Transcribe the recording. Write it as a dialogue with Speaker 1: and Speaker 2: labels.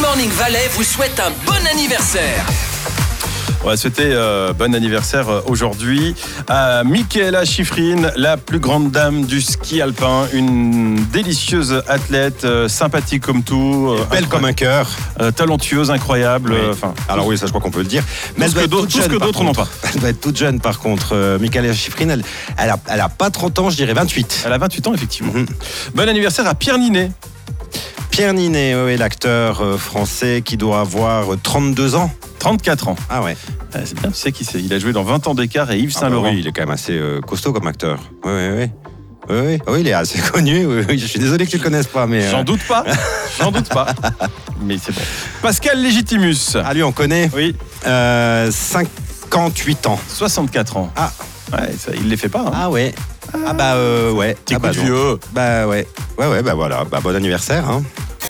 Speaker 1: Morning Valais vous souhaite un bon anniversaire.
Speaker 2: On va souhaiter euh, bon anniversaire euh, aujourd'hui à Michaela Schifrin, la plus grande dame du ski alpin, une délicieuse athlète, euh, sympathique comme tout, euh,
Speaker 3: Belle comme un cœur.
Speaker 2: euh, talentueuse, incroyable.
Speaker 3: Oui.
Speaker 2: euh, Enfin,
Speaker 3: Alors oui, ça je crois qu'on peut le dire.
Speaker 2: Tout
Speaker 3: Mais elle
Speaker 2: ce
Speaker 3: doit
Speaker 2: que
Speaker 3: être
Speaker 2: d'autres-
Speaker 3: toute
Speaker 2: tout ce
Speaker 3: jeune,
Speaker 2: que
Speaker 3: par
Speaker 2: d'autres n'ont
Speaker 3: contre. Elle doit être toute jeune par contre. Euh, Michaela Schifrin, elle, elle, a, elle a pas 30 ans, je dirais 28.
Speaker 2: elle a 28 ans, effectivement.
Speaker 3: Mhm.
Speaker 2: Bon anniversaire à Pierre Ninet.
Speaker 3: Pierre Ninet, oui, oui, l'acteur euh, français qui doit avoir euh, 32 ans.
Speaker 2: 34 ans.
Speaker 3: Ah ouais.
Speaker 2: Ah, c'est bien, tu sais qui c'est. Il a joué dans 20 ans d'écart et Yves
Speaker 3: Ah bah
Speaker 2: Saint-Laurent.
Speaker 3: oui, il est quand même assez euh, costaud comme acteur. Oui, oui, oui. Oui, oui. Ah oui, il est assez connu. oui, oui. Je suis désolé que tu le connaisses pas, mais. euh,
Speaker 2: J'en doute pas. J'en doute pas. Mais c'est bon. Pascal Légitimus.
Speaker 3: Ah, lui, on connaît.
Speaker 2: Oui,
Speaker 3: Euh, 58 ans.
Speaker 2: 64 ans.
Speaker 3: Ah.
Speaker 2: Ouais, ça, il les fait pas. hein.
Speaker 3: Ah ouais. Ah bah euh, ouais.
Speaker 2: Petit
Speaker 3: Ah
Speaker 2: coup
Speaker 3: bah
Speaker 2: de
Speaker 3: non.
Speaker 2: vieux.
Speaker 3: Bah ouais. Ouais, ouais, bah voilà. Bah, bon anniversaire. Hein.